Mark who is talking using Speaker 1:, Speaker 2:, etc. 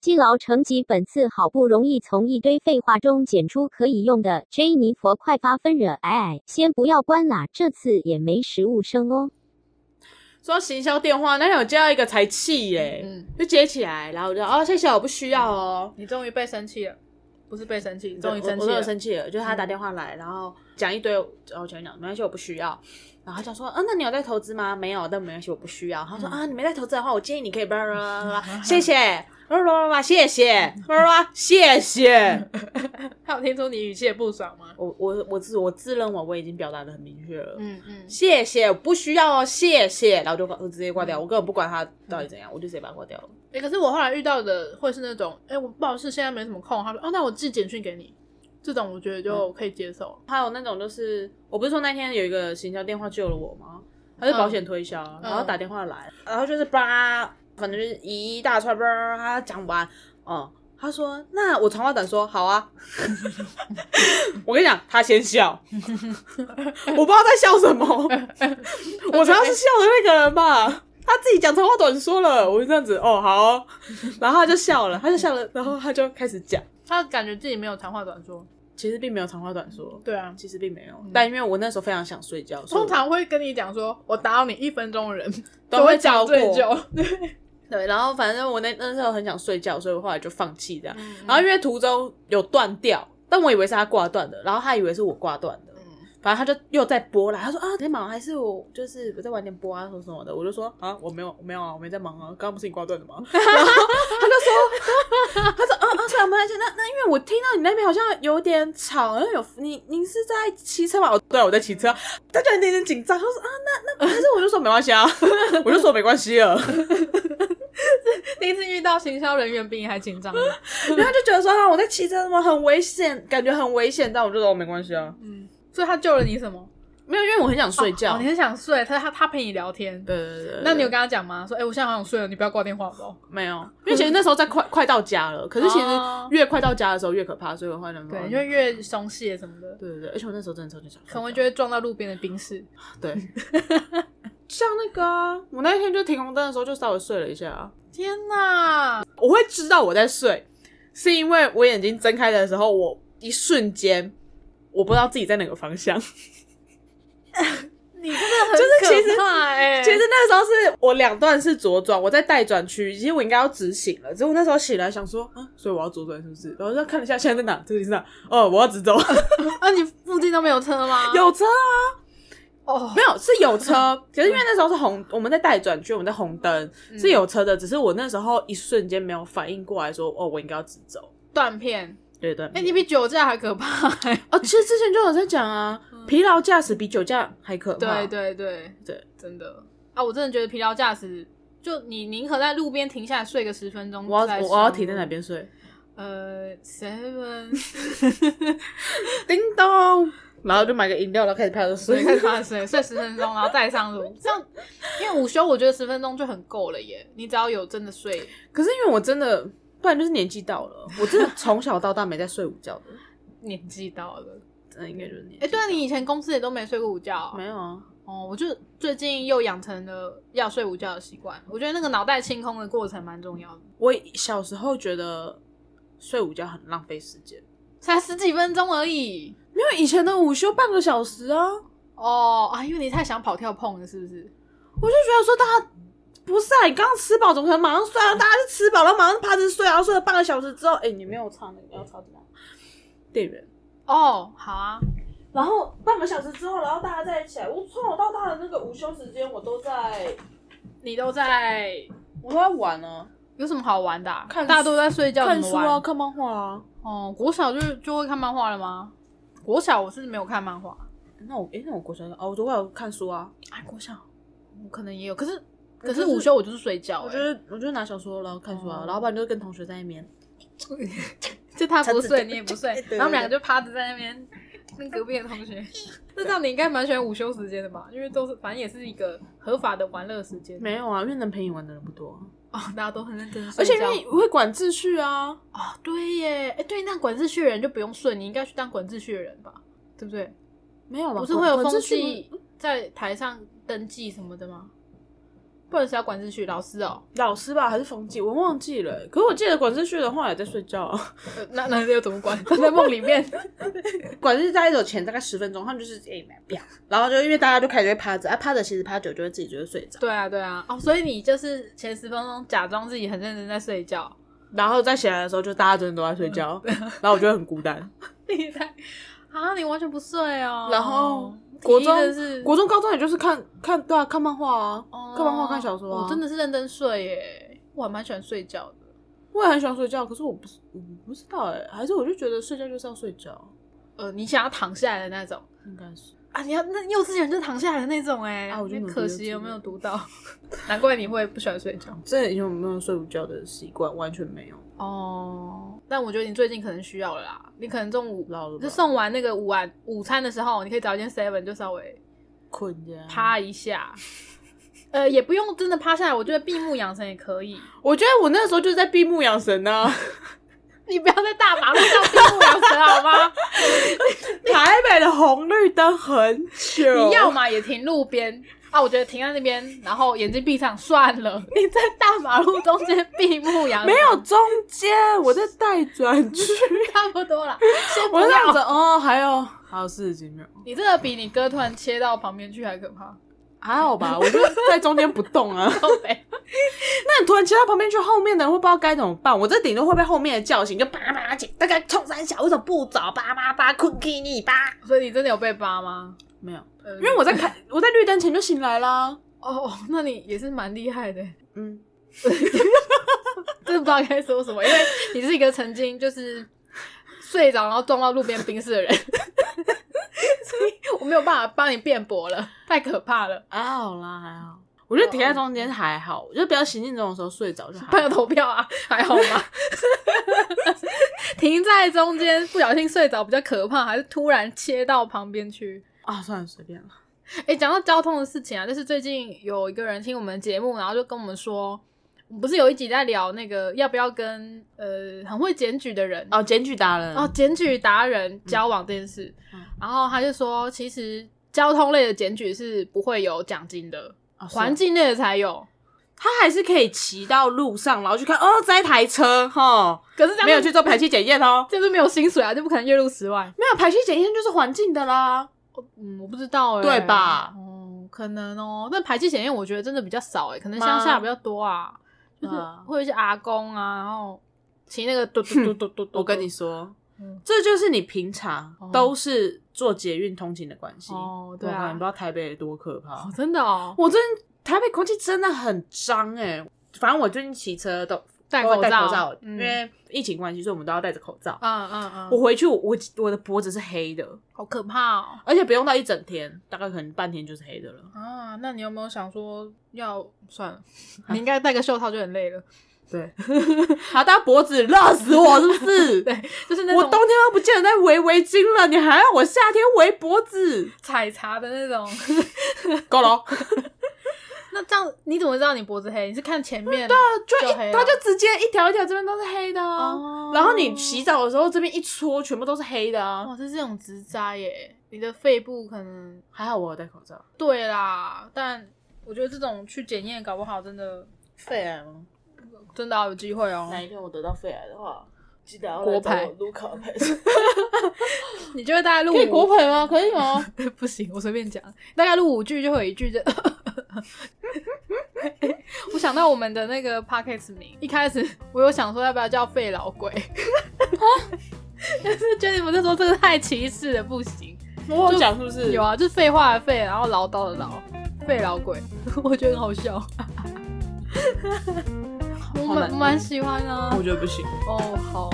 Speaker 1: 积劳成疾，本次好不容易从一堆废话中捡出可以用的。J 尼佛快发分惹，哎哎，先不要关啦，这次也没食物生哦。
Speaker 2: 说行销电话，那天我接到一个才气耶、
Speaker 3: 嗯，
Speaker 2: 就接起来，然后我就哦谢谢，我不需要哦。
Speaker 3: 你终于被生气了，不是被生气，
Speaker 2: 对
Speaker 3: 你终于生
Speaker 2: 我
Speaker 3: 气
Speaker 2: 我都有
Speaker 3: 了。
Speaker 2: 生气了，就是他打电话来，然后讲一堆，然后我讲一讲，没关系，我不需要。然后他讲说，啊，那你有在投资吗？没有，但没关系，我不需要。他说、
Speaker 3: 嗯
Speaker 2: 啊，你没在投资的话，我建议你可以叭叭叭叭叭，谢谢，叭叭叭叭，谢谢，叭叭叭，谢谢。
Speaker 3: 他有听出你语气的不爽吗？
Speaker 2: 我我我自我自认为我已经表达的很明确了，
Speaker 3: 嗯嗯，
Speaker 2: 谢谢，我不需要哦，谢谢。然后就挂我直接挂掉，我根本不管他到底怎样，我就直接把他挂掉了。
Speaker 3: 哎、可是我后来遇到的会是那种，哎、我不好意思，现在没什么空。他说，哦，那我寄简讯给你。这种我觉得就可以接受。
Speaker 2: 还有那种就是，我不是说那天有一个行销电话救了我吗？他是保险推销，然后打电话来，然后就是叭，反正就是一大串叭，他讲完，哦、他说那我长话短说，好啊。 我跟你讲，他先笑，我不知道在笑什么，我才是笑的那个人吧。他自己讲长话短说了，我就这样子哦，好哦然后他就笑了，他就笑了，然后他就开始讲，
Speaker 3: 他感觉自己没有长话短说。
Speaker 2: 其实并没有长话短说，
Speaker 3: 对啊，
Speaker 2: 其实并没有，但因为我那时候非常想睡觉，所以
Speaker 3: 通
Speaker 2: 我
Speaker 3: 常会跟你讲说，我打扰你一分钟的人
Speaker 2: 都会
Speaker 3: 讲
Speaker 2: 叫
Speaker 3: 最
Speaker 2: 过。
Speaker 3: 久。
Speaker 2: 对，然后反正我那那时候很想睡觉，所以我后来就放弃
Speaker 3: 嗯
Speaker 2: 这样。然后因为途中有断掉，但我以为是他挂断的，然后他以为是我挂断的。反正他就又在播啦，他说啊，你在忙啊还是我就是我在晚点播啊，什么什么的，我就说啊，我没有我没有啊，我没在忙啊，刚刚不是你挂断的吗？ 然后他就说，他说啊啊，是啊，没关系，那那因为我听到你那边好像有点吵，好像有你你是在骑车吗？哦，对啊，我在骑车，他就有点紧张，他说啊，那 那可是我就说没关系啊，我就说没关系 了。
Speaker 3: 第一次遇到行销人员比你还紧张呢。
Speaker 2: 然后就觉得说啊，我在骑车吗？很危险，感觉很危险，但我就说哦没关系啊，
Speaker 3: 嗯，所以他救了你什么？
Speaker 2: 没有，因为我很想睡觉。
Speaker 3: 哦你很想睡，他他他陪你聊天。
Speaker 2: 对对对对，
Speaker 3: 那你有跟他讲吗？说，哎、我现在好想睡了，你不要挂电话好不好？
Speaker 2: 没有？因为其实那时候在快快到家了，可是其实
Speaker 3: 哦
Speaker 2: 越快到家的时候越可怕，所以我换成
Speaker 3: 对，因为越松懈什么的，
Speaker 2: 哦对对对，而且我那时候真的超级想睡觉，
Speaker 3: 可能会就会撞到路边的冰室。
Speaker 2: 对。 像那个啊，我那天就停红灯的时候就稍微睡了一下啊。
Speaker 3: 天哪！
Speaker 2: 我会知道我在睡，是因为我眼睛睁开的时候，我一瞬间我不知道自己在哪个方 向。
Speaker 3: 你真的很
Speaker 2: 就是其实
Speaker 3: 可怕哎、
Speaker 2: 其实那时候是我两段是左转，我在待转区，其实我应该要直行了。结果那时候醒来想说，嗯，所以我要左转是不是？然后就看了一下现在在哪，这里是哪？哦，我要直走，
Speaker 3: 啊，你附近都没有车吗？
Speaker 2: 有 车啊，
Speaker 3: 哦
Speaker 2: 没，有是有 车，可是因为那时候是红，我们在待转区，我们在红灯
Speaker 3: 嗯
Speaker 2: 是有车的，只是我那时候一瞬间没有反应过来说，哦，我应该要直走。
Speaker 3: 断片，
Speaker 2: 对对
Speaker 3: 哎、你比酒驾还可怕、哎
Speaker 2: 哦，其实之前就有在讲啊，疲劳驾驶比酒驾还可怕。
Speaker 3: 嗯对对对
Speaker 2: 对，
Speaker 3: 真的啊，我真的觉得疲劳驾驶，就你宁可在路边停下来睡个十分钟，
Speaker 2: 我要
Speaker 3: 再上
Speaker 2: 我要停在
Speaker 3: 路
Speaker 2: 哪？边睡？
Speaker 3: 呃，seven，
Speaker 2: 叮咚，然后就买个饮料，然后开始趴着
Speaker 3: 所以
Speaker 2: 睡。
Speaker 3: 开始趴着睡，睡十分钟，然后再上 路。这样，因为午休我觉得十分钟就很够了耶。你只要有真的睡，
Speaker 2: 可是因为我真的，不然就是年纪到了，我真的从小到大没在睡午觉的，
Speaker 3: 年纪到了。
Speaker 2: 真的应该就是年纪。
Speaker 3: 哎、对啊，你以前公司也都没睡过午觉哦、
Speaker 2: 没有啊？
Speaker 3: 哦，我就最近又养成了要睡午觉的习惯。我觉得那个脑袋清空的过程蛮重要的，
Speaker 2: 我小时候觉得睡午觉很浪费时间，
Speaker 3: 才十几分钟而已。
Speaker 2: 因为以前的午休半个小时啊，我
Speaker 3: 哦啊，因为你太想跑跳碰了，是不是？
Speaker 2: 就觉得说大家。不是啊，你刚吃饱怎么可能马上睡啊？大家是吃饱然后马上趴着睡，然后睡了半个小时之后，哎、你没有插那个，要插怎么样？电源。
Speaker 3: 哦，好啊，
Speaker 2: 然后半个小时之后，然后大家再起来。我从小到大的那个午休时间，我都在，
Speaker 3: 你都在
Speaker 2: 我都在玩啊，
Speaker 3: 有什么好玩的、啊？
Speaker 2: 看
Speaker 3: 大家都在睡觉，
Speaker 2: 看
Speaker 3: 怎么
Speaker 2: 书
Speaker 3: 玩
Speaker 2: 啊，看漫画啊。
Speaker 3: 哦，国小就就会看漫画了吗？国小我是没有看漫画，
Speaker 2: 哎那我诶、那我国小哦，我都会有看书啊。
Speaker 3: 哎，国小我可能也有，可是可
Speaker 2: 就是是
Speaker 3: 午休我就是睡
Speaker 2: 哦
Speaker 3: 觉、
Speaker 2: 我就
Speaker 3: 哎
Speaker 2: 是我就拿小说然后看书啊
Speaker 3: 哦，
Speaker 2: 然后不然就是跟同学在那边。
Speaker 3: 就他不
Speaker 2: 他自己
Speaker 3: 睡，你也不 睡，
Speaker 2: 对
Speaker 3: 然后我们两个就趴着在那边跟隔壁的同 学。那这样你应该蛮喜欢午休时间的吧？因为都是反正也是一个合法的玩乐时间。
Speaker 2: 没有啊，因为能陪你玩的人不多啊，
Speaker 3: 哦，大家都很认真地睡
Speaker 2: 而且因
Speaker 3: 觉，
Speaker 2: 为会管秩序啊。
Speaker 3: 哦，对耶，哎，对，那管秩序的人就不用睡，你应该去当管秩序的人吧，对不对？
Speaker 2: 没有吧？
Speaker 3: 不是会有
Speaker 2: 管
Speaker 3: 风
Speaker 2: 秩序
Speaker 3: 纪在台上登记什么的吗？不然是要管秩序老师哦。
Speaker 2: 老师吧，还是冯记，我忘记了。可我记得管秩序的话也在睡觉、啊，
Speaker 3: 呃那那又怎么管？在梦里面，
Speaker 2: 管秩序在一走前大概十分钟，他们就是哎买啪，然后就因为大家就开始会趴着，啊趴着其实趴久就会自己就会睡着，
Speaker 3: 对啊对啊。哦，所以你就是前十分钟假装自己很认真在睡觉，
Speaker 2: 然后再起来的时候就大家真的都在睡觉， 然后我就会很孤单。
Speaker 3: 你在啊，你完全不睡哦。
Speaker 2: 然后
Speaker 3: 体力
Speaker 2: 国中
Speaker 3: 真的是
Speaker 2: 国中高中也就是看看对啊看漫画啊，
Speaker 3: 哦
Speaker 2: 看漫画看小说啊，
Speaker 3: 我真的是认真睡耶，我还蛮喜欢睡觉的。
Speaker 2: 我也很喜欢睡觉，可是我不是我不知道哎、还是我就觉得睡觉就是要睡觉，
Speaker 3: 呃，你想要躺下来的那种
Speaker 2: 应该是
Speaker 3: 啊？你要那幼稚园就躺下来的那种哎、
Speaker 2: 啊我就
Speaker 3: 那
Speaker 2: 没有
Speaker 3: 可
Speaker 2: 读
Speaker 3: 惜
Speaker 2: 幼稚
Speaker 3: 有没
Speaker 2: 园
Speaker 3: 有读到， 难怪你会不喜欢睡觉
Speaker 2: 真的有没有睡午觉的习惯，完全没有。
Speaker 3: 哦。但我觉得你最近可能需要了啦，你可能中午
Speaker 2: 老了吧
Speaker 3: 就送完那个午晚午餐的时候，你可以找一间 seven 就稍微
Speaker 2: 困呀，
Speaker 3: 趴一下，呃，也不用真的趴下来，我觉得闭目养神也可以。
Speaker 2: 我觉得我那时候就是在闭目养神啊，
Speaker 3: 你不要在大马路上闭目养神好 吗？
Speaker 2: 台北的红绿灯很久，
Speaker 3: 你要嘛也停路边啊，我觉得停在那边，然后眼睛闭上算 了。你在大马路中间闭目养神，
Speaker 2: 没有中间，我在待转 区，
Speaker 3: 差不多啦，先不
Speaker 2: 我这样子
Speaker 3: 要。
Speaker 2: 哦，还有还有四十几秒，
Speaker 3: 你这个比你哥突然切到旁边去还可怕。
Speaker 2: 还好 吧，我就在中间不动啊。
Speaker 3: 靠北
Speaker 2: 那你突然切到旁边去，后面的人会不知道该怎么办。我这顶多会被后面的叫醒，就叭叭姐，大概冲三下，为什么不早叭叭叭困 k 你叭？
Speaker 3: 所以你真的有被扒吗？
Speaker 2: 没有，
Speaker 3: 呃
Speaker 2: 因为我在 看，我在绿灯前就醒来啦。
Speaker 3: 哦，那你也是蛮厉害的，
Speaker 2: 嗯，
Speaker 3: 真的不知道该说什么，因为你是一个曾经就是睡着然后撞到路边冰室的人， 所以我没有办法帮你辩驳了，太可怕了。
Speaker 2: 还好啦，还好。我觉得停在中间还好，我就不要行进这种时候睡着就好
Speaker 3: 朋。友投票啊，还好吗？ 停在中间，不小心睡着比较可怕，还是突然切到旁边去？
Speaker 2: 啊，算了，随便了。
Speaker 3: 哎、讲到交通的事情啊，就是最近有一个人听我们节目，然后就跟我们说，我们不是有一集在聊那个要不要跟呃很会检举的人
Speaker 2: 哦，检举达人
Speaker 3: 哦，检举达人交往这件事，
Speaker 2: 嗯
Speaker 3: 然后他就说，其实交通类的检举是不会有奖金的，
Speaker 2: 哦是啊
Speaker 3: 环境类的才有。
Speaker 2: 他还是可以骑到路上，然后去看哦，这一台车哈，
Speaker 3: 可是这样
Speaker 2: 没有去做排气检验哦，
Speaker 3: 这样就没有薪水啊，就不可能月入十万。
Speaker 2: 没有排气检验就是环境的啦。
Speaker 3: 嗯，我不知道哎、
Speaker 2: 对吧
Speaker 3: 哦，可能哦。但排气检验我觉得真的比较少哎、可能乡下
Speaker 2: 吗
Speaker 3: 比较多啊，就是
Speaker 2: 啊
Speaker 3: 会有一些阿公啊，然后骑那个嘟嘟嘟嘟嘟嘟。
Speaker 2: 我跟你说
Speaker 3: 嗯，
Speaker 2: 这就是你平常
Speaker 3: 哦
Speaker 2: 都是坐捷运通勤的关系。
Speaker 3: 哦
Speaker 2: 我
Speaker 3: 对啊
Speaker 2: 靠你不知道台北多可怕
Speaker 3: 哦，。真的哦，
Speaker 2: 我真台北空气真的很脏哎、反正我最近骑车都
Speaker 3: 戴
Speaker 2: 都会
Speaker 3: 口
Speaker 2: 戴
Speaker 3: 罩
Speaker 2: 口罩，
Speaker 3: 嗯
Speaker 2: 因为疫情关系，所以我们都要戴着口罩。
Speaker 3: 嗯嗯嗯，
Speaker 2: 我回去，我我我的脖子是黑的，
Speaker 3: 好可怕哦。
Speaker 2: 而且不用到一整天，大概可能半天就是黑的了。
Speaker 3: 啊，那你有没有想说要算 了？你应该戴个袖套就很累了。
Speaker 2: 对，好，啊大家脖子热死我是不 是？
Speaker 3: 对， 就是那
Speaker 2: 我
Speaker 3: 种
Speaker 2: 冬天都不见得在围围巾了，你还要我夏天围脖子？
Speaker 3: 采茶的那 种。
Speaker 2: 够了哦，
Speaker 3: 那这样你怎么知道你脖子黑？你是看前 面？
Speaker 2: 就一
Speaker 3: 就黑了
Speaker 2: 它就直接一条一条这边都是黑的啊。
Speaker 3: 哦
Speaker 2: 然后你洗澡的时候，这边一搓，全部都是黑的啊。
Speaker 3: 哇，这是这种直扎耶，你的肺部可能
Speaker 2: 还好我有戴口罩。
Speaker 3: 对啦，但我觉得这种去检验，搞不好真的
Speaker 2: 肺癌吗？
Speaker 3: 真的要有机会哦。
Speaker 2: 一天我得到肺癌的话，记得要
Speaker 3: 国牌
Speaker 2: 卢卡牌。
Speaker 3: 你就会大概录
Speaker 2: 可以国
Speaker 3: 五，
Speaker 2: 牌吗？可以吗？
Speaker 3: 不行，我随便讲，大概录五句就会有 一句这。我想到我们的那个 podcast 名，一开始我有想说要不要叫“废老鬼”，但是觉得你们那时候真的太歧视了，不行。
Speaker 2: 我有讲是不是？
Speaker 3: 有。啊，就是废话的废，然后唠叨的唠，废老鬼，我觉得很好笑。我
Speaker 2: 好难
Speaker 3: 蛮蛮喜欢啊啊
Speaker 2: 我。觉得不行。
Speaker 3: 哦，好，